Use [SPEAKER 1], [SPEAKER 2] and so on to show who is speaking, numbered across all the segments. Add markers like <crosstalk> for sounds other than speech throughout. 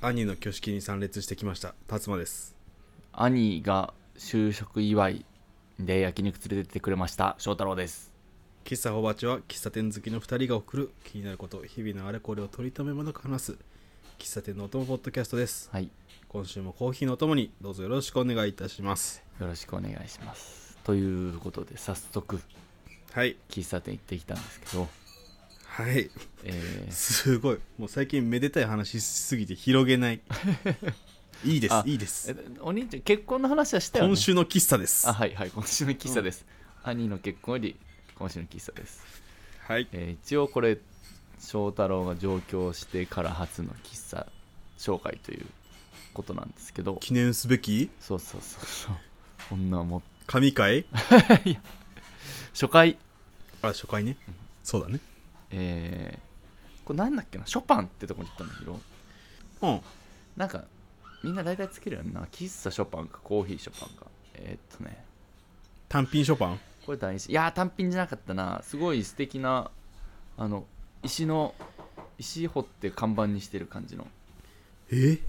[SPEAKER 1] 兄の挙式に参列してきました辰馬です
[SPEAKER 2] 兄が就職祝いで焼肉連れてってくれました翔太郎です
[SPEAKER 1] 喫茶ほばちは喫茶店好きの2人が送る気になること日々のあれこれを取り留めもなく話す喫茶店のお供ポッドキャストです
[SPEAKER 2] はい
[SPEAKER 1] 今週もコーヒーのお供にどうぞよろしくお願いいたします
[SPEAKER 2] よろしくお願いしますということで早速
[SPEAKER 1] はい
[SPEAKER 2] 喫茶店行ってきたんですけど、
[SPEAKER 1] はい
[SPEAKER 2] えー
[SPEAKER 1] すごいもう最近めでたい話しすぎて広げ <laughs> ないいいです
[SPEAKER 2] あ
[SPEAKER 1] いいです
[SPEAKER 2] えお兄ちゃん結婚の話はしたよね
[SPEAKER 1] 今週の喫茶です
[SPEAKER 2] あはいはい今週の喫茶です、兄の結婚より今週の喫茶です、
[SPEAKER 1] はい
[SPEAKER 2] えー一応これ翔太郎が上京してから初の喫茶紹介ということなんですけど
[SPEAKER 1] 記念すべき
[SPEAKER 2] そうそうそうそうこんなもう
[SPEAKER 1] 神回
[SPEAKER 2] 初回
[SPEAKER 1] あ初回ねそうだね
[SPEAKER 2] えー、これなんだっけなショパンってとこに行ったんだけど
[SPEAKER 1] うん
[SPEAKER 2] なんかみんな大体つけるよな喫茶ショパンかコーヒーショパンかえーっとね
[SPEAKER 1] 単品ショパン
[SPEAKER 2] これ大事いやー単品じゃなかったなすごい素敵なあの石の石掘って看板にしてる感じの
[SPEAKER 1] え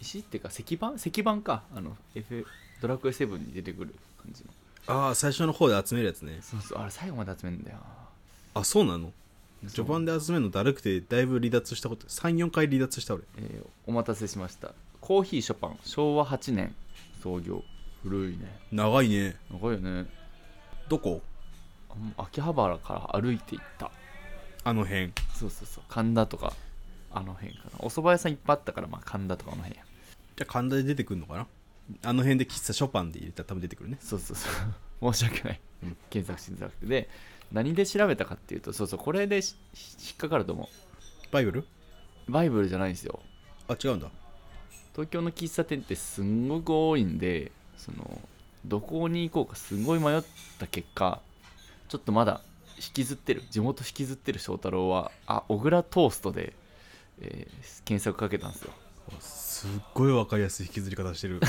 [SPEAKER 2] 石っていうか石板石板かあの、F、ドラクエ7に出てくる感じの
[SPEAKER 1] ああ最初の方で集めるやつね
[SPEAKER 2] そうそうあれ最後まで集めるんだよ
[SPEAKER 1] あそうなの
[SPEAKER 2] そう
[SPEAKER 1] 序盤で集めるのだるくてだいぶ離脱したこと34回離脱した俺
[SPEAKER 2] えーお待たせしましたコーヒーショパン昭和8年創業古いね
[SPEAKER 1] 長いね
[SPEAKER 2] すごいよね
[SPEAKER 1] どこ
[SPEAKER 2] あもう秋葉原から歩いて行った
[SPEAKER 1] あの辺
[SPEAKER 2] そうそうそう神田とかあの辺かなお蕎麦屋さんいっぱいあったから、まあ、神田とかあの辺や
[SPEAKER 1] じゃあ神田で出てくるのかなあの辺で喫茶ショパンで入れたら多分出てくるね
[SPEAKER 2] そうそうそう申し訳ない検索してなくてで何で調べたかっていうとそうそうこれでし引っかかると思
[SPEAKER 1] バイブル
[SPEAKER 2] うバイブルじゃないんですよ
[SPEAKER 1] あ違うんだ
[SPEAKER 2] 東京の喫茶店ってすんごく多いんでそのどこに行こうかすごい迷った結果ちょっとまだ引きずってる地元引きずってる翔太郎はあ小倉トーストで、えー検索かけたんですよ
[SPEAKER 1] あすっごい分かりやすい引きずり方してる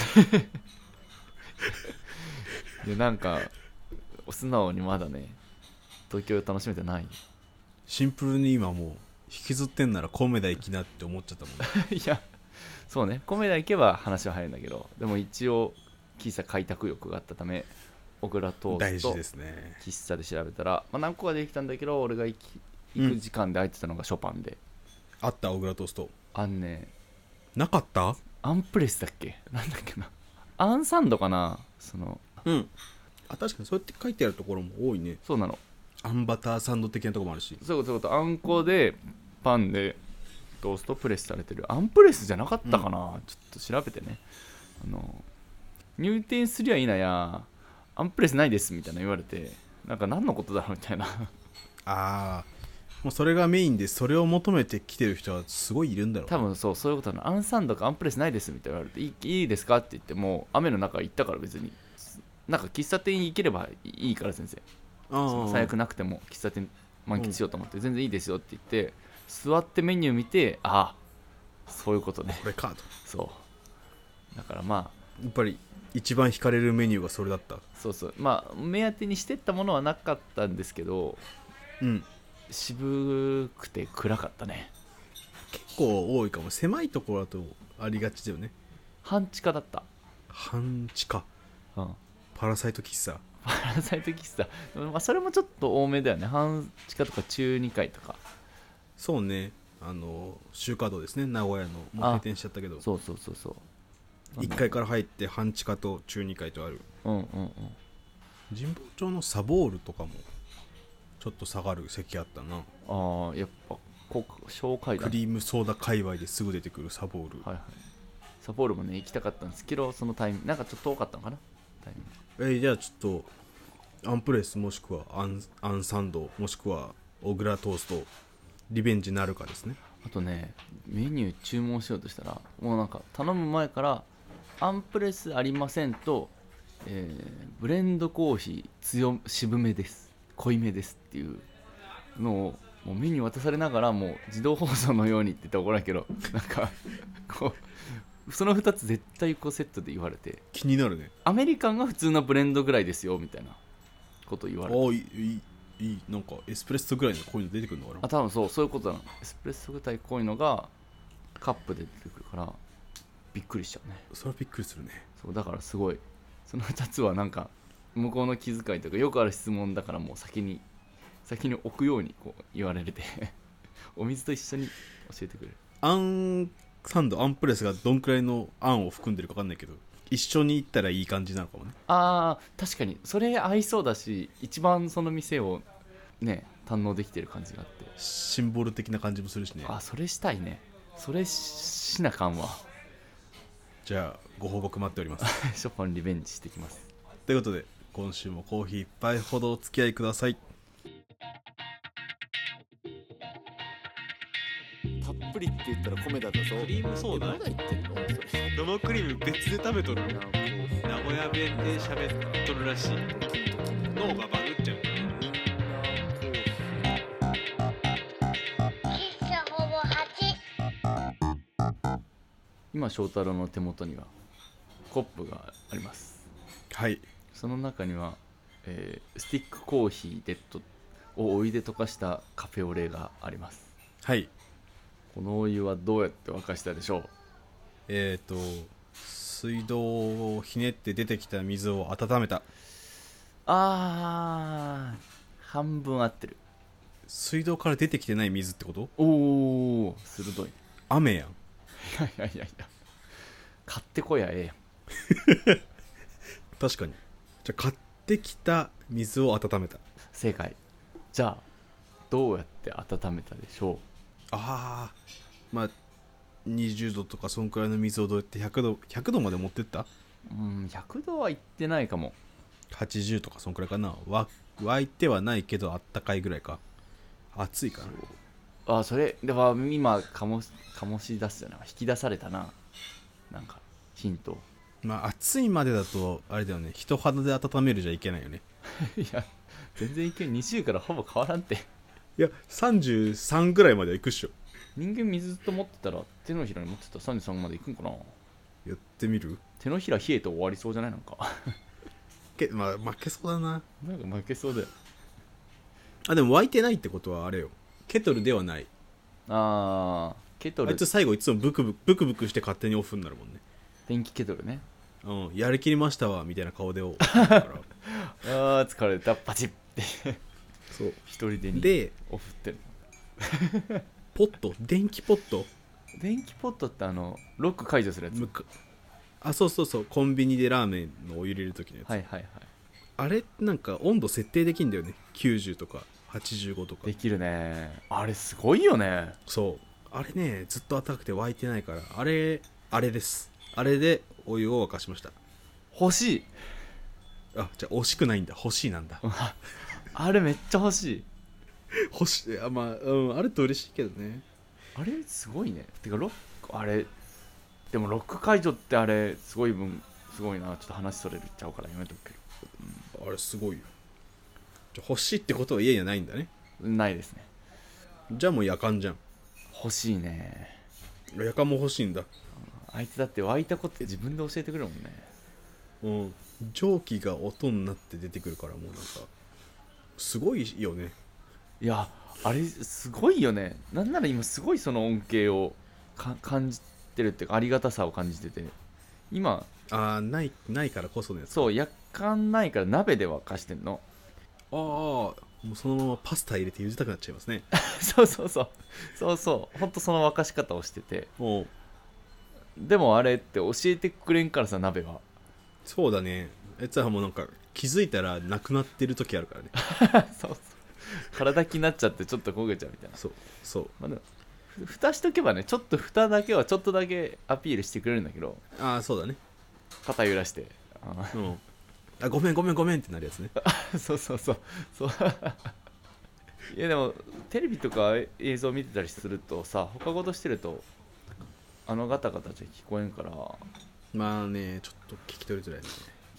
[SPEAKER 2] でなんか素直にまだね東京楽しめて <laughs> ない
[SPEAKER 1] シンプルに今もう引きずってんなら米田行きなって思っちゃったもん、ね、
[SPEAKER 2] いやそうね米田行けば話は早いんだけどでも一応喫茶開拓欲があったため小倉トー
[SPEAKER 1] 大
[SPEAKER 2] ス
[SPEAKER 1] 事
[SPEAKER 2] ト
[SPEAKER 1] ですね
[SPEAKER 2] 喫茶で調べたら、まあ、何個かできたんだけど俺が行き
[SPEAKER 1] うん
[SPEAKER 2] 行く時間で空いてたのがショパンで、
[SPEAKER 1] あった小倉トースト
[SPEAKER 2] あんね
[SPEAKER 1] なかった
[SPEAKER 2] アンプレスだっけなんだっけなアンサンドかなその
[SPEAKER 1] うんあ確かにそうやって書いてあるところも多いね
[SPEAKER 2] そうなの
[SPEAKER 1] あんバターサンド的なとこもあるし
[SPEAKER 2] そういうことそういうことあんこでパンでトーストプレスされてるアンプレスじゃなかったかな、ちょっと調べてねあの入店すりゃいいなやアンプレスないですみたいな言われてなんか何のことだろうみたいな
[SPEAKER 1] ああもうそれがメインでそれを求めて来てる人はすごいいるんだろう
[SPEAKER 2] 多分そうそういうことなのアンサンドかアンプレスないですみたいな言われていいいいですかって言っても雨の中行ったから別になんか喫茶店行ければいいから先生その
[SPEAKER 1] ああ
[SPEAKER 2] 最悪なくても喫茶店満喫しようと思って、全然いいですよって言って座ってメニュー見てああそういうことね
[SPEAKER 1] これかと
[SPEAKER 2] そうだからまあ
[SPEAKER 1] やっぱり一番惹かれるメニューがそれだった
[SPEAKER 2] そうそうまあ目当てにしてったものはなかったんですけど
[SPEAKER 1] うん
[SPEAKER 2] 渋くて暗かったね
[SPEAKER 1] 結構多いかも狭いところだとありがちだよね
[SPEAKER 2] 半地下だった、
[SPEAKER 1] 半地下
[SPEAKER 2] うん、
[SPEAKER 1] パラサイト喫茶
[SPEAKER 2] パラサイト喫茶、まあ、それもちょっと多めだよね半地下とか中2階とか
[SPEAKER 1] そうねあの中華道ですね名古屋のもう閉店しちゃったけど
[SPEAKER 2] そうそうそうそう
[SPEAKER 1] 1階から入って半地下と中2階とある
[SPEAKER 2] うんうんうん
[SPEAKER 1] 神保町のサボールとかもちょっと下がる席あったな
[SPEAKER 2] ああやっぱこ紹介だ
[SPEAKER 1] クリームソーダ界隈ですぐ出てくるサボール、
[SPEAKER 2] はいはい、サポールもね行きたかったんですけどそのタイミングなんかちょっと遠かったのかなタイミング
[SPEAKER 1] えーじゃあちょっとアンプレスもしくはアンアンサンドもしくは小倉トーストリベンジなるかですね
[SPEAKER 2] あとねメニュー注文しようとしたらもうなんか頼む前からアンプレスありませんと、えーブレンドコーヒー強渋めです濃いめですっていうのをもうメニュー渡されながらもう自動放送のようにって言ったら怒られるけどなんかこうその2つ絶対こうセットで言われて
[SPEAKER 1] 気になるね
[SPEAKER 2] アメリカンが普通のブレンドぐらいですよみたいなこと言わ
[SPEAKER 1] あ
[SPEAKER 2] れ
[SPEAKER 1] あ
[SPEAKER 2] て
[SPEAKER 1] ーいいいいいいなんかエスプレッソぐらいのこういうの出てくるのかな
[SPEAKER 2] あ多分そうそういうことなのエスプレッソ具体こういうのがカップで出てくるからびっくりしちゃうね
[SPEAKER 1] それはびっくりするね
[SPEAKER 2] そうだからすごいその2つはなんか向こうの気遣いとかよくある質問だからもう先に先に置くようにこう言われて <laughs> お水と一緒に教えてくれる
[SPEAKER 1] アンサンドアンプレスがどんくらいのあんを含んでるか分かんないけど一緒に行ったらいい感じなのかもね
[SPEAKER 2] あー確かにそれ合いそうだし一番その店をね堪能できてる感じがあって
[SPEAKER 1] シンボル的な感じもするしね
[SPEAKER 2] あそれしたいねそれししなかんわ <laughs>
[SPEAKER 1] じゃあご報告待っております
[SPEAKER 2] ショパンリベンジしてきます
[SPEAKER 1] ということで今週もコーヒー一杯ほどお付き合いください
[SPEAKER 3] たっぷりって言ったら米だったぞクリームソーダまだ言ってんのお前それ
[SPEAKER 4] 生クリーム別で食べとる
[SPEAKER 3] なんかこう
[SPEAKER 4] 名古屋弁で喋っとるらしい脳がバグっちゃう
[SPEAKER 5] 喫茶ほぼ8。
[SPEAKER 2] 今翔太郎の手元にはコップがあります
[SPEAKER 1] はい
[SPEAKER 2] その中には、えースティックコーヒーでとをお湯で溶かしたカフェオレがあります
[SPEAKER 1] はい
[SPEAKER 2] このお湯はどうやって沸かしたでしょう
[SPEAKER 1] えっ、と水道をひねって出てきた水を温めた
[SPEAKER 2] あー半分合ってる
[SPEAKER 1] 水道から出てきてない水ってこと
[SPEAKER 2] おお鋭いい
[SPEAKER 1] 雨やん
[SPEAKER 2] やいやいやいや買ってこやええやん
[SPEAKER 1] 確かにじゃあ買ってきた水を温めた
[SPEAKER 2] 正解じゃあどうやって温めたでしょ
[SPEAKER 1] ああまあ20度とかそんくらいの水をどうやって100度100度まで持ってった
[SPEAKER 2] ううん100度はいってないかも
[SPEAKER 1] 80とかそんくらいかなわ沸いてはないけどあったかいぐらいか暑いかな
[SPEAKER 2] あーそれでは今かも醸し出すじゃない引き出されたななんかヒントを
[SPEAKER 1] まあ暑いまでだとあれだよね人肌で温めるじゃいけないよね
[SPEAKER 2] <laughs> いや全然いける2週からほぼ変わらんって
[SPEAKER 1] いや33ぐらいまでは行くっしょ
[SPEAKER 2] 人間水ずっと持ってたら手のひらに持ってたら33までいくんかな
[SPEAKER 1] やってみる
[SPEAKER 2] 手のひら冷えて終わりそうじゃないなんか <laughs>
[SPEAKER 1] けまあ負けそうだな
[SPEAKER 2] なんか負けそうだよ
[SPEAKER 1] あでも沸いてないってことはあれよケトルではない
[SPEAKER 2] あーケト
[SPEAKER 1] あい
[SPEAKER 2] ル
[SPEAKER 1] つ最後いつもブクブクブクブクして勝手にオフになるもんね
[SPEAKER 2] 電気ケトルね
[SPEAKER 1] うんやりきりましたわみたいな顔で <laughs> おだから
[SPEAKER 2] あー疲れたパチッて
[SPEAKER 1] そう
[SPEAKER 2] <laughs> 一人でに
[SPEAKER 1] で
[SPEAKER 2] オフってる
[SPEAKER 1] ポット電気ポット
[SPEAKER 2] 電気ポットってあのロック解除するやつ
[SPEAKER 1] むかあそうそうそうコンビニでラーメンのお湯入れる時のやつ、
[SPEAKER 2] はいはいはい
[SPEAKER 1] あれなんか温度設定できんだよね90とか85とか
[SPEAKER 2] できるねあれすごいよね
[SPEAKER 1] そうあれねずっと温かくて沸いてないからあれあれですあれでお湯を沸かしました
[SPEAKER 2] 欲しい
[SPEAKER 1] あじゃあ惜しくないんだ欲しいなんだ
[SPEAKER 2] あれめっちゃ欲しい
[SPEAKER 1] 欲しいあまあうんあると嬉しいけどね
[SPEAKER 2] あれすごいねてかロックあれでもロック解除ってあれすごい分すごいなちょっと話それるっちゃうからやめとくけ
[SPEAKER 1] あれすごいよじゃあ欲しいってことは家にはないんだね
[SPEAKER 2] どないですね
[SPEAKER 1] じゃあもう夜間じゃん
[SPEAKER 2] 欲しいね
[SPEAKER 1] 夜間も欲しいんだ
[SPEAKER 2] あいつだって湧いたこと自分で教えてくれるもんね
[SPEAKER 1] うん蒸気が音になって出てくるからもうなんかすごいよね
[SPEAKER 2] いやあれすごいよねなんなら今すごいその恩恵をか感じてるっていうかありがたさを感じてて今
[SPEAKER 1] ああないないからこそのやつあ
[SPEAKER 2] そうやっかんないから鍋で沸かしてんの <laughs>
[SPEAKER 1] あもうそのままパスタ入れて茹でたくなっちゃいますね <laughs>
[SPEAKER 2] そうそうそうそうそうほんとその沸かし方をしてて
[SPEAKER 1] もう
[SPEAKER 2] でもあれって教えてくれんからさ鍋は <laughs>
[SPEAKER 1] そうだねあいつはもうなんか気づいたらなくなってる時あるからね
[SPEAKER 2] そうそう体気になっちゃってちょっと焦げちゃうみたいな、
[SPEAKER 1] そうそう
[SPEAKER 2] まあ、でもふ蓋しとけばねちょっと蓋だけはちょっとだけアピールしてくれるんだけど
[SPEAKER 1] ああそうだね
[SPEAKER 2] 肩揺らしてあ
[SPEAKER 1] うんあごめんごめんごめんってなるやつね
[SPEAKER 2] ー <laughs> そうそうそうそう <laughs> いやでもテレビとか映像見てたりするとさ他事してるとあのガタガタじゃ聞こえんから
[SPEAKER 1] まあねちょっと聞き取りづらいね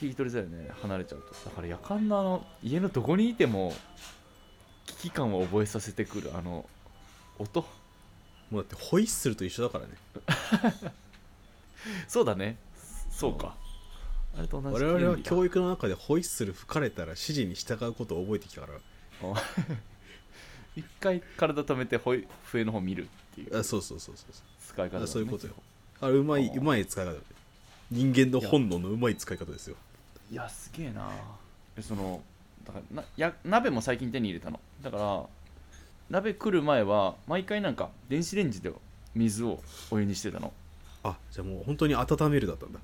[SPEAKER 2] 聞き取りづらいよね離れちゃうとだから夜間のあの家のどこにいても危機感を覚えさせてくるあの音
[SPEAKER 1] もうだってホイッスルと一緒だからね
[SPEAKER 2] そうだねそうかあれと同じ
[SPEAKER 1] 我々は
[SPEAKER 2] 原
[SPEAKER 1] 教
[SPEAKER 2] 理
[SPEAKER 1] 育の中でホイッスル吹かれたら指示に従うことを覚えてきたから
[SPEAKER 2] だ一回体止めてほい笛の方見るっていう
[SPEAKER 1] あそうそうそうそうそう
[SPEAKER 2] す使い方だ、ね、
[SPEAKER 1] そういうことよあれうまい
[SPEAKER 2] あー
[SPEAKER 1] うまい使い方人間の本能のうまい使い方ですよ
[SPEAKER 2] いやすげえなえそのだからなや鍋も最近手に入れたのだから鍋来る前は毎回なんか電子レンジで水をお湯にしてたの
[SPEAKER 1] あじゃあもう本当に温めるだったんだ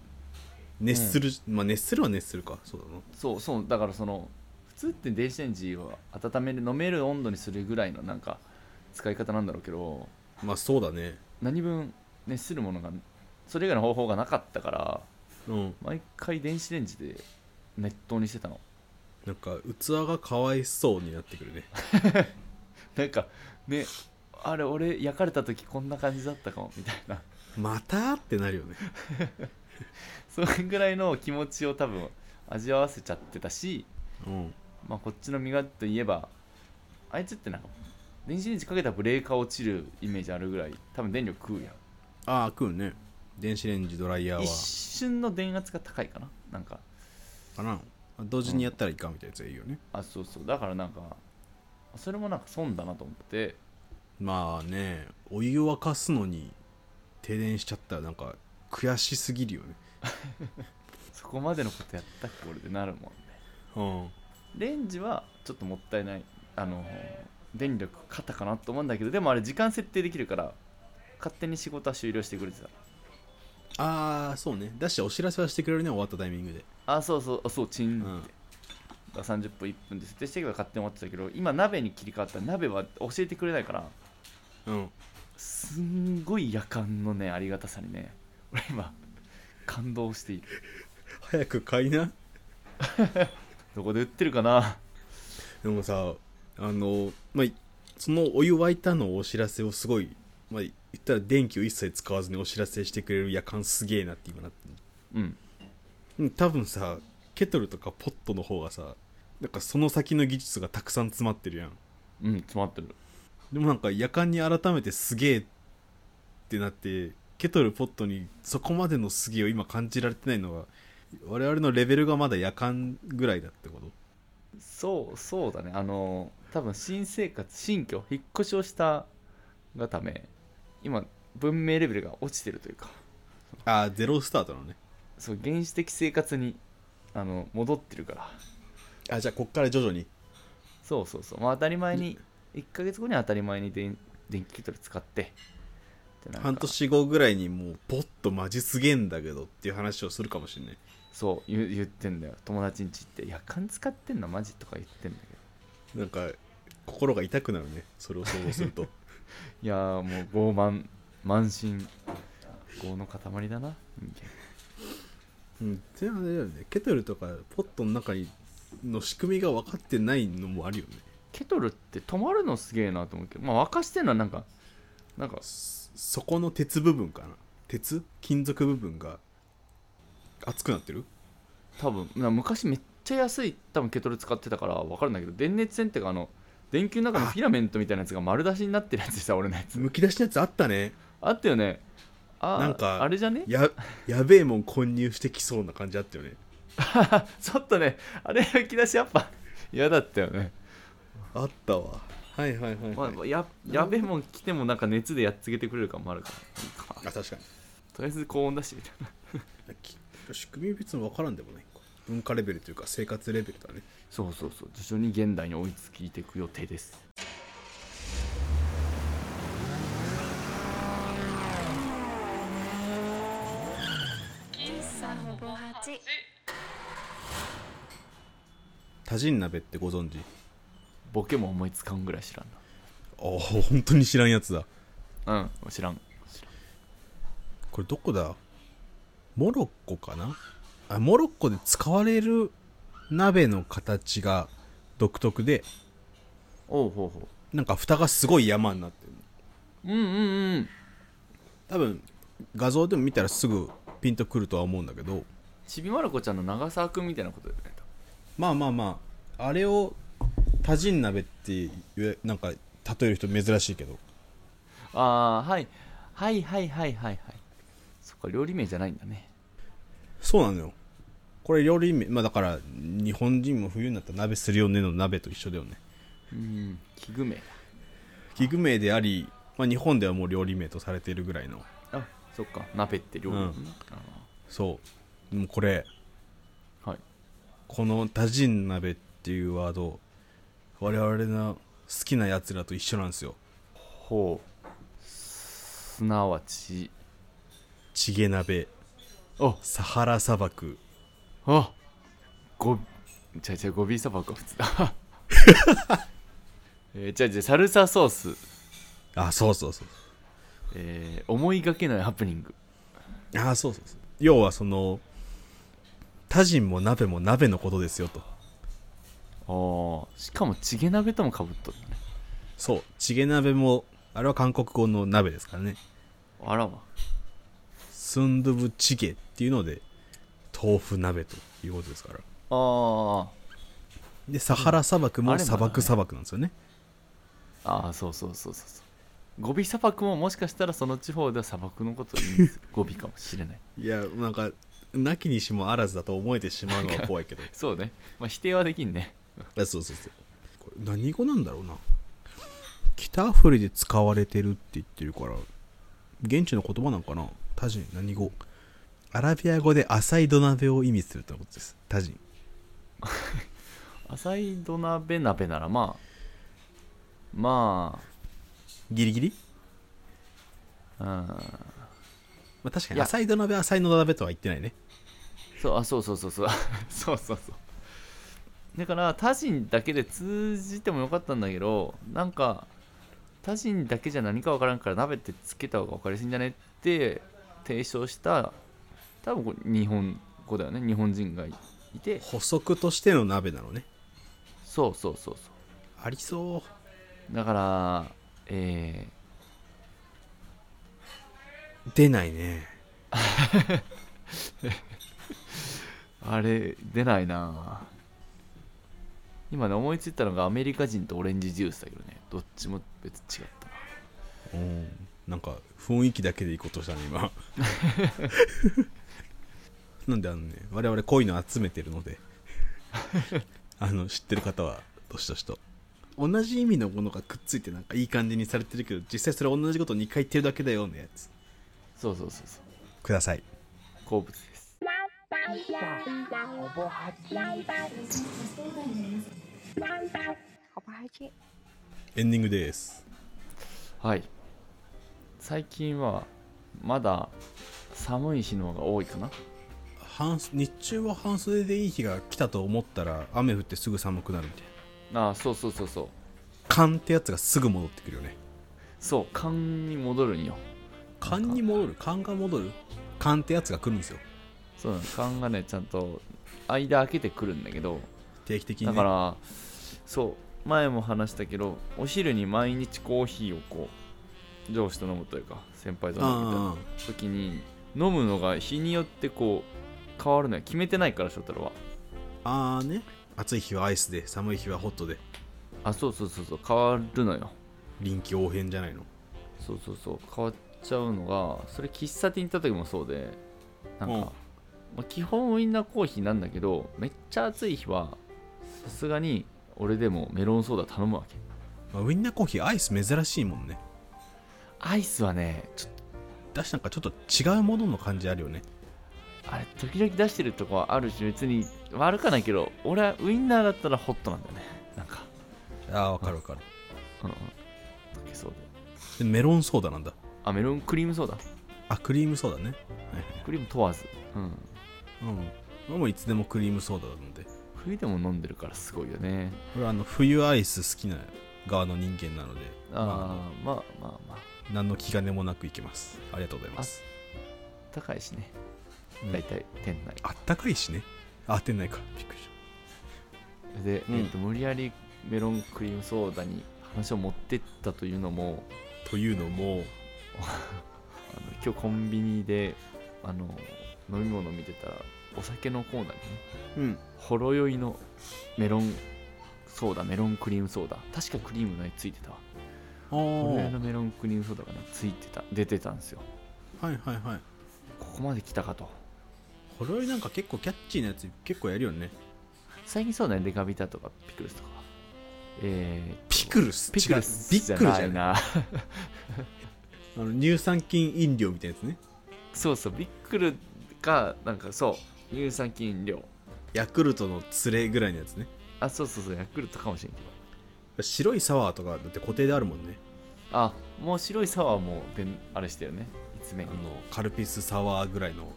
[SPEAKER 1] 熱する、まあ熱するは熱するかそうだな
[SPEAKER 2] そうそうだからその普通って電子レンジを温める飲める温度にするぐらいのなんか使い方なんだろうけど
[SPEAKER 1] まあそうだね
[SPEAKER 2] 何分熱するものがそれ以外の方法がなかったから
[SPEAKER 1] うん
[SPEAKER 2] 毎回電子レンジで熱湯にしてたの
[SPEAKER 1] なんか器がかわいそうになってくるね
[SPEAKER 2] なんかねあれ俺焼かれた時こんな感じだったかもみたいな <laughs>
[SPEAKER 1] またってなるよね
[SPEAKER 2] それぐらいの気持ちを多分味わわせちゃってたし、
[SPEAKER 1] うん
[SPEAKER 2] まあ、こっちの身勝手といえばあいつってなんか電子レンジかけたらブレーカー落ちるイメージあるぐらい多分電力食うやん
[SPEAKER 1] ああ食うね電子レンジドライヤーは
[SPEAKER 2] 一瞬の電圧が高いかななんか
[SPEAKER 1] かな同時にやったらいかんみたいなやつがいいよね、
[SPEAKER 2] あそうそうだからなんかそれもなんか損だなと思って
[SPEAKER 1] まあねお湯を沸かすのに停電しちゃったらなんか悔しすぎるよね
[SPEAKER 2] そこまでのことやったっけ俺でなるもんね
[SPEAKER 1] うん
[SPEAKER 2] レンジはちょっともったいないあの電力肩かなと思うんだけどでもあれ時間設定できるから勝手に仕事は終了してくれてた
[SPEAKER 1] ああそうねだしお知らせはしてくれるね終わったタイミングで
[SPEAKER 2] あそうそうあそうチンって、
[SPEAKER 1] うん
[SPEAKER 2] だから30分1分で設定していけば勝手に終わってたけど今鍋に切り替わったら鍋は教えてくれないから
[SPEAKER 1] うん
[SPEAKER 2] すんごい夜間のねありがたさにね俺今感動している
[SPEAKER 1] 早く買いな
[SPEAKER 2] どこで売ってるかな
[SPEAKER 1] でもさあの、まあ、そのお湯沸いたのをお知らせをすごい、まあ、言ったら電気を一切使わずにお知らせしてくれる夜間すげえなって今なってる
[SPEAKER 2] うん
[SPEAKER 1] うん多分さケトルとかポットの方がさなんかその先の技術がたくさん詰まってるやん
[SPEAKER 2] うん詰まってる
[SPEAKER 1] でもなんか夜間に改めてすげえってなってケトルポットにそこまでのすげえを今感じられてないのは我々のレベルがまだ夜間ぐらいだってこと
[SPEAKER 2] そうそうだねあの多分新生活新居引っ越しをしたがため今文明レベルが落ちてるというか
[SPEAKER 1] ああゼロスタートなのね
[SPEAKER 2] そう原始的生活にあの戻ってるから
[SPEAKER 1] あじゃあこっから徐々に
[SPEAKER 2] そうそうそう、まあ、当たり前に1ヶ月後には当たり前に電電気ケトル使ってでなんか
[SPEAKER 1] 半年後ぐらいにもうポッとマジすげえんだけどっていう話をするかもしんない
[SPEAKER 2] そう言う言ってんだよ友達ん家行って「夜間使ってんのマジ?」とか言ってんだけど
[SPEAKER 1] なんか心が痛くなるねそれを想像すると
[SPEAKER 2] いやーもう傲慢慢心業の塊だな人間
[SPEAKER 1] <laughs> うんであれだよねケトルとかポットの中にの仕組みが分かってないのもあるよね
[SPEAKER 2] ケトルって止まるのすげえなと思うけどまあ沸かしてんのはなんかなんか
[SPEAKER 1] そそこの鉄部分かな鉄金属部分が熱くなってる
[SPEAKER 2] 多分な昔めっちゃ安い多分ケトル使ってたから分かるんだけど電熱線っていうかあの電球の中のフィラメントみたいなやつが丸出しになってるやつでさ俺のやつ
[SPEAKER 1] むき出しのやつあったね
[SPEAKER 2] あったよねあ
[SPEAKER 1] な
[SPEAKER 2] なんん
[SPEAKER 1] か
[SPEAKER 2] かあれじゃね
[SPEAKER 1] ややべえもん混入してきそうな感じあったよね
[SPEAKER 2] ちょっとねあれ吹き出しやっぱ嫌だったよね、
[SPEAKER 1] あったわはいはいはい、はい
[SPEAKER 2] まあ、ややべえもん来てもなんか熱でやっつけてくれる感もあるからいいか
[SPEAKER 1] あ確かに
[SPEAKER 2] とりあえず高温だしみたいな
[SPEAKER 1] き仕組み別に分からんでもないか文化レベルというか生活レベルだね
[SPEAKER 2] そうそうそう徐々に現代に追いついていく予定です
[SPEAKER 6] 喫茶ほぼ八。
[SPEAKER 1] 多人鍋ってご存知
[SPEAKER 2] ボケも思いつかんぐらい知ら
[SPEAKER 1] あ
[SPEAKER 2] ん
[SPEAKER 1] あ本当に知らんやつだ
[SPEAKER 2] なうん知らん
[SPEAKER 1] これどこだモロッコかなあモロッコで使われる鍋の形が独特で
[SPEAKER 2] おうほうほ
[SPEAKER 1] なんか蓋がすごい山になってる
[SPEAKER 2] ううんうんうん
[SPEAKER 1] 多分画像でも見たらすぐピンとくるとは思うんだけど
[SPEAKER 2] ちびまる子ちゃんの長澤君みたいなことだよね
[SPEAKER 1] まあまあまああれを多人鍋って言えなんか例える人珍しいけど
[SPEAKER 2] ああーはいはいはいはいはいはいそっか料理名じゃないんだね
[SPEAKER 1] そうなのよこれ料理名まあだから日本人も冬になったら鍋するよねの鍋と一緒だよね
[SPEAKER 2] うんキグメ
[SPEAKER 1] 器具名であり、ままあ、日本ではもう料理名とされているぐらいの
[SPEAKER 2] あそっか鍋って料理なんだ
[SPEAKER 1] う
[SPEAKER 2] な
[SPEAKER 1] そうでもこれ
[SPEAKER 2] はい
[SPEAKER 1] この「タジン鍋」っていうワード我々の好きなやつらと一緒なんですよ
[SPEAKER 2] ほうすなわち
[SPEAKER 1] チゲ鍋
[SPEAKER 2] あ
[SPEAKER 1] サハラ砂漠
[SPEAKER 2] あごちゃちゃゴビ砂漠は普通 <laughs> だえー、じゃあじゃあサルサソース、
[SPEAKER 1] あそうそうそう
[SPEAKER 2] えー思いがけないハプニング
[SPEAKER 1] あそうそうそう要はそのタジンも鍋も鍋のことですよと
[SPEAKER 2] ああしかもチゲ鍋ともかぶっとるね
[SPEAKER 1] そうチゲ鍋もあれは韓国語の鍋ですからね
[SPEAKER 2] あらわ
[SPEAKER 1] スンドゥブチゲっていうので豆腐鍋ということですから
[SPEAKER 2] あ
[SPEAKER 1] でサハラ砂漠も
[SPEAKER 2] あれまだ
[SPEAKER 1] 砂
[SPEAKER 2] ね
[SPEAKER 1] 漠砂漠なんですよね
[SPEAKER 2] ーあーそうそうそうそうそうゴビ砂漠ももしかしたらその地方では砂漠のことを意味 <laughs> するゴビかもしれない
[SPEAKER 1] いやなんかなきにしもあらずだと思えてしまうのは怖いけど
[SPEAKER 2] そうね、まあ、否定はできんね
[SPEAKER 1] あそうそうそうこれ何語なんだろうな北アフリで使われてるって言ってるから現地の言葉なんかなタジン何語アラビア語で浅い土鍋を意味するってことですタジン
[SPEAKER 2] 浅い土鍋鍋ならまあま
[SPEAKER 1] ギリギリ、
[SPEAKER 2] あうん
[SPEAKER 1] まあ、確か
[SPEAKER 2] い
[SPEAKER 1] に
[SPEAKER 2] や
[SPEAKER 1] 浅い土鍋は浅い土鍋とは言ってないね
[SPEAKER 2] そうあそうそうそうそう <laughs> そうそうそうだから他人だけで通じてもよかったんだけどなんか他人だけじゃ何か分からんから鍋ってつけた方が分かりやすいんじゃねって提唱した多分これ日本語だよね日本人がいて
[SPEAKER 1] 補足としての鍋なのね
[SPEAKER 2] そうそうそうそ
[SPEAKER 1] ありそう
[SPEAKER 2] だからえ
[SPEAKER 1] う出ないね
[SPEAKER 2] ー、あれ出ないな今ね思いついたのがアメリカ人とオレンジジュースだけどねどっちも別違ったな
[SPEAKER 1] うんなんか雰囲気だけでいこうとしたね <laughs> 今なんであのね我々こういうの集めてるので <laughs> あの知ってる方はどしどしと同じ意味のものがくっついてなんかいい感じにされてるけど実際それ同じこと2回言ってるだけだよのやつ
[SPEAKER 2] そうそうそうそう
[SPEAKER 1] ください
[SPEAKER 2] 好物です
[SPEAKER 1] エンディングです
[SPEAKER 2] はい最近はまだ寒い日の方が多いかな
[SPEAKER 1] 半日中は半袖でいい日が来たと思ったら雨降ってすぐ寒くなるみたいな
[SPEAKER 2] ああそうそうそうそう
[SPEAKER 1] 勘ってやつがすぐ戻ってくるよね
[SPEAKER 2] そう勘に戻るんよ
[SPEAKER 1] 勘に戻る勘が戻る勘ってやつが来るんですよ
[SPEAKER 2] そうなの勘がねちゃんと間開けてくるんだけど
[SPEAKER 1] 定期的に、ね、
[SPEAKER 2] だからそう前も話したけどお昼に毎日コーヒーをこう上司と飲むというか先輩と飲むみたいな
[SPEAKER 1] あ
[SPEAKER 2] 時に飲むのが日によってこう変わるのよ決めてないから翔太郎は
[SPEAKER 1] あーね暑い日はアイスで寒い日はホットで
[SPEAKER 2] あそうそうそうそう変わるのよ
[SPEAKER 1] 臨機応変じゃないの
[SPEAKER 2] そうそうそう変わっちゃうのがそれ喫茶店行った時もそうでなんか、
[SPEAKER 1] うん
[SPEAKER 2] まあ、基本ウインナーコーヒーなんだけどめっちゃ暑い日はさすがに俺でもメロンソーダ頼むわけ
[SPEAKER 1] まあ、ウインナーコーヒーアイス珍しいもんね
[SPEAKER 2] アイスはねちょっ
[SPEAKER 1] だしなんかちょっと違うものの感じあるよね
[SPEAKER 2] とあれ時々出してるとこはあるし別に悪かないけど俺はウインナーだったらホットなんだよねなんか
[SPEAKER 1] ああわかるわかる
[SPEAKER 2] うんうん溶けそうで
[SPEAKER 1] でメロンソーダなんだ
[SPEAKER 2] あメロンクリームソーダ
[SPEAKER 1] あクリームソーダね
[SPEAKER 2] クリーム問わずうん
[SPEAKER 1] うんもういつでもクリームソーダなので
[SPEAKER 2] 冬でも飲んでるからすごいよね
[SPEAKER 1] 俺はあの冬アイス好きな側の人間なのでま
[SPEAKER 2] あー、まあまあまあ
[SPEAKER 1] あ何の気兼ねもなくいけますありがとうございます
[SPEAKER 2] 高いしね
[SPEAKER 1] うん
[SPEAKER 2] 大体店内
[SPEAKER 1] あったかいしねあってないかびっくりし
[SPEAKER 2] で、
[SPEAKER 1] うん
[SPEAKER 2] えっと無理やりメロンクリームソーダに話を持ってったというのも
[SPEAKER 1] たというのも
[SPEAKER 2] あの今日コンビニであの飲み物見てたらお酒のコーナーにね
[SPEAKER 1] うん
[SPEAKER 2] ほろ酔いのメロンソーダメロンクリームソーダ確かクリームのやつついてたわ
[SPEAKER 1] あ
[SPEAKER 2] ほろ酔い
[SPEAKER 1] ー
[SPEAKER 2] のメロンクリームソーダがねついてた出てたんですよ
[SPEAKER 1] はいはいはい
[SPEAKER 2] ここまで来たかと
[SPEAKER 1] ほろ酔いなんか結構キャッチーなやつ結構やるよね
[SPEAKER 2] 最近そうだねレカビタとかピクルスとかえー、
[SPEAKER 1] ピクルス
[SPEAKER 2] ピクルス
[SPEAKER 1] 違うビックルじゃない
[SPEAKER 2] な
[SPEAKER 1] あの乳酸菌飲料みたいなやつね
[SPEAKER 2] そうそうビックルかなんかそう乳酸菌量
[SPEAKER 1] ヤクルトの連れぐらいのやつね
[SPEAKER 2] あそうそうそうヤクルトかもしれんけど
[SPEAKER 1] 白いサワーとかだって固定であるもんね
[SPEAKER 2] あもう白いサワーもであれしたよね一
[SPEAKER 1] あ
[SPEAKER 2] 面
[SPEAKER 1] のカルピスサワーぐらいの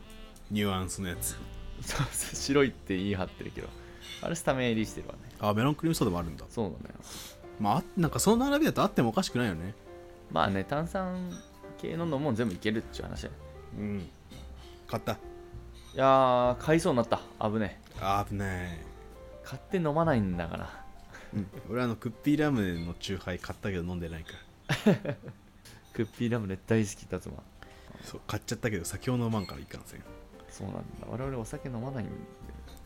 [SPEAKER 1] ニュアンスのやつ
[SPEAKER 2] そうそう白いって言い張ってるけどあれスタメン入りしてるわね
[SPEAKER 1] あメロンクリームソーダもあるんだ
[SPEAKER 2] そうなのよ
[SPEAKER 1] まああなんかその並びだとあってもおかしくないよね
[SPEAKER 2] まあね炭酸系の飲むもん全部いけるっちゅう話だよ
[SPEAKER 1] うん買った
[SPEAKER 2] いやー買いそうになった危ねえ
[SPEAKER 1] あー危ない、
[SPEAKER 2] 買って飲まないんだから
[SPEAKER 1] うん、俺あのクッピーラムネのチューハイ買ったけど飲んでないから
[SPEAKER 2] クッピーラムネ大好きだつま
[SPEAKER 1] そう買っちゃったけど酒を飲まんからいかんせん
[SPEAKER 2] そうなんだ我々お酒飲まないんで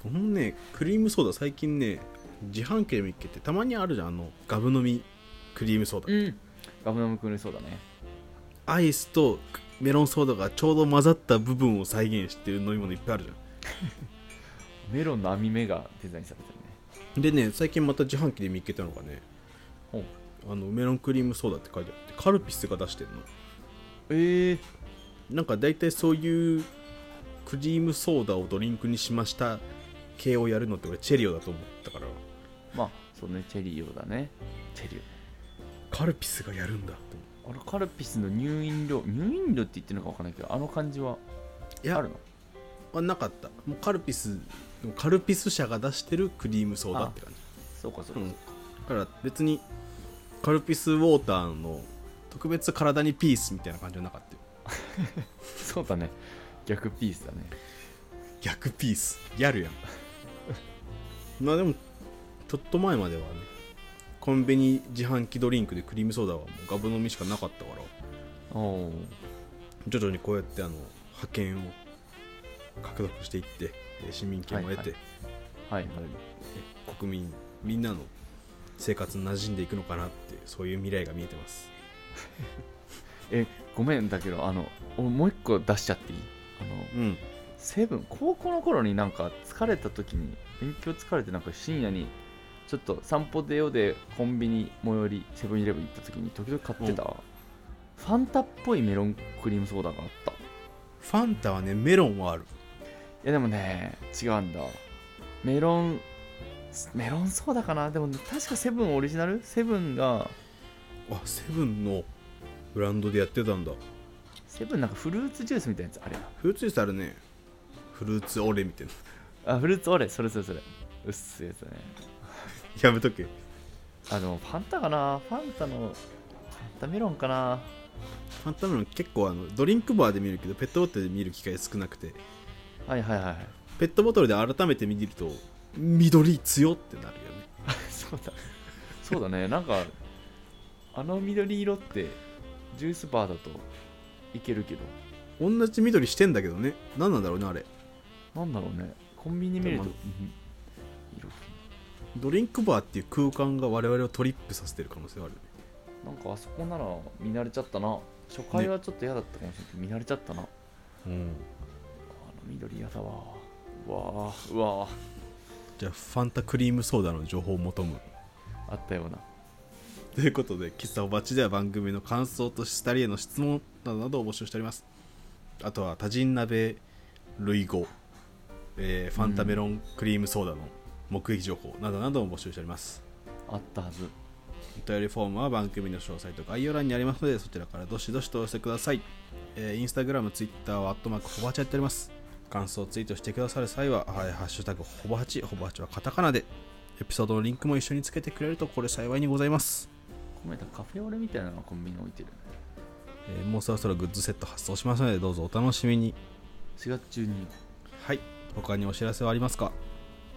[SPEAKER 1] このねクリームソーダ最近ね自販機でもいけてたまにあるじゃんあのガブ飲みクリームソーダ、
[SPEAKER 2] うんガブナムくれそうだね
[SPEAKER 1] アイスとメロンソーダがちょうど混ざった部分を再現してる飲み物いっぱいあるじ
[SPEAKER 2] メロンの網目がデザインされてるね
[SPEAKER 1] ゃんでね最近また自販機で見っけたのがね
[SPEAKER 2] ほう
[SPEAKER 1] あのメロンクリームソーダって書いてあってカルピスが出してるの
[SPEAKER 2] えー、
[SPEAKER 1] なんか大体そういうクリームソーダをドリンクにしました系をやるのって俺チェリオだと思ったから
[SPEAKER 2] まあそうねチェリオだねチェリ
[SPEAKER 1] カルピスがやるんだと思っ
[SPEAKER 2] オあのカルピスの入飲料入飲料って言ってるのか分かんないけどあの感じは
[SPEAKER 1] てい
[SPEAKER 2] あ
[SPEAKER 1] や
[SPEAKER 2] るの
[SPEAKER 1] あなかったもうカルピスカルピス社が出してるクリームソーダって感じ
[SPEAKER 2] そうかそう
[SPEAKER 1] う
[SPEAKER 2] か、
[SPEAKER 1] ん、だから別にカルピスウォーターの特別体にピースみたいな感じはなかったよ
[SPEAKER 2] そうだね逆ピースだね
[SPEAKER 1] 逆ピースやるやん
[SPEAKER 2] <laughs>
[SPEAKER 1] まあでもちょっと前まではねコンビニ自販機ドリンクでクリームソーダはもうガブ飲みしかなかったから
[SPEAKER 2] おおー
[SPEAKER 1] 徐々にこうやってあの派遣を獲得していってえー市民権を得て、
[SPEAKER 2] はいはいはい
[SPEAKER 1] え国民みんなの生活に馴染んでいくのかなってそういう未来が見えてます
[SPEAKER 2] えごめんだけどあの俺もう一個出しちゃっていいあの
[SPEAKER 1] うん
[SPEAKER 2] セブン高校の頃になんか疲れた時に勉強疲れてなんか深夜にちょっと散歩出ようでコンビニ最寄りセブンイレブン行った時に時々買ってた、ファンタっぽいメロンクリームソーダがあったい
[SPEAKER 1] ファンタはねメロンはある
[SPEAKER 2] やでもね違うんだメロンメロンソーダかなでも確かセブンオリジナルセブンが
[SPEAKER 1] あセブンのブランドでやってたんだ
[SPEAKER 2] セブンなんかフルーツジュースみたいなやつあれや
[SPEAKER 1] フルーツジュースあるねフルーツオレみたいな
[SPEAKER 2] あフルーツオレそれそれそれうっすいやつだね
[SPEAKER 1] <laughs> やめとけ
[SPEAKER 2] あでもファンタかなファンタのファンタメロンかな
[SPEAKER 1] ファンタメロン結構あのドリンクバーで見るけどペットボトルで見る機会少なくて
[SPEAKER 2] はいはいはい <laughs> はい
[SPEAKER 1] ペットボトルで改めて見ると緑強ってなるよね
[SPEAKER 2] そうだそうだねなんかあの緑色ってジュースバーだといけるけど
[SPEAKER 1] 同じ緑してんだけどね何なんだろうねあれ
[SPEAKER 2] なんだろうねコンビニ見ると
[SPEAKER 1] でも
[SPEAKER 2] うん色
[SPEAKER 1] ドリンクバーっていう空間が我々をトリップさせてる可能性があるね
[SPEAKER 2] なんかあそこなら見慣れちゃったな初回はちょっと嫌だったかもしれないけど、見慣れちゃったなあの緑嫌だわうわーうわー
[SPEAKER 1] じゃあファンタクリームソーダの情報を求む
[SPEAKER 2] あったような
[SPEAKER 1] ということで、喫茶おばちでは番組の感想としたりへの質問などなどを募集しております。あとは多人鍋類語、えーファンタメロンクリームソーダの目撃情報などなどを募集しております。
[SPEAKER 2] あったはず
[SPEAKER 1] お便りフォームは番組の詳細と概要欄にありますので、そちらからどしどしとお寄せください。えー、インスタグラム、ツイッターはアットマークほばちやっております。感想をツイートしてくださる際は、はい、ハッシュタグほばち、ほばちはカタカナで、エピソードのリンクも一緒につけてくれるとこれ幸いにございます。
[SPEAKER 2] ごめんなさいカフェオレみたいなのがコンビニに置いてる
[SPEAKER 1] えーもうそろそろグッズセット発送しますのでどうぞお楽しみに
[SPEAKER 2] 4月中に
[SPEAKER 1] はい他にお知らせはありますか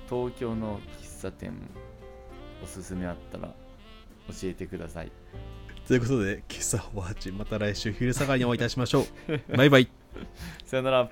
[SPEAKER 2] 東京の喫茶店おすすめあったら教えてください
[SPEAKER 1] ということで今朝は8また来週昼下がりにお会いいたしましょうバイバイ
[SPEAKER 2] さよなら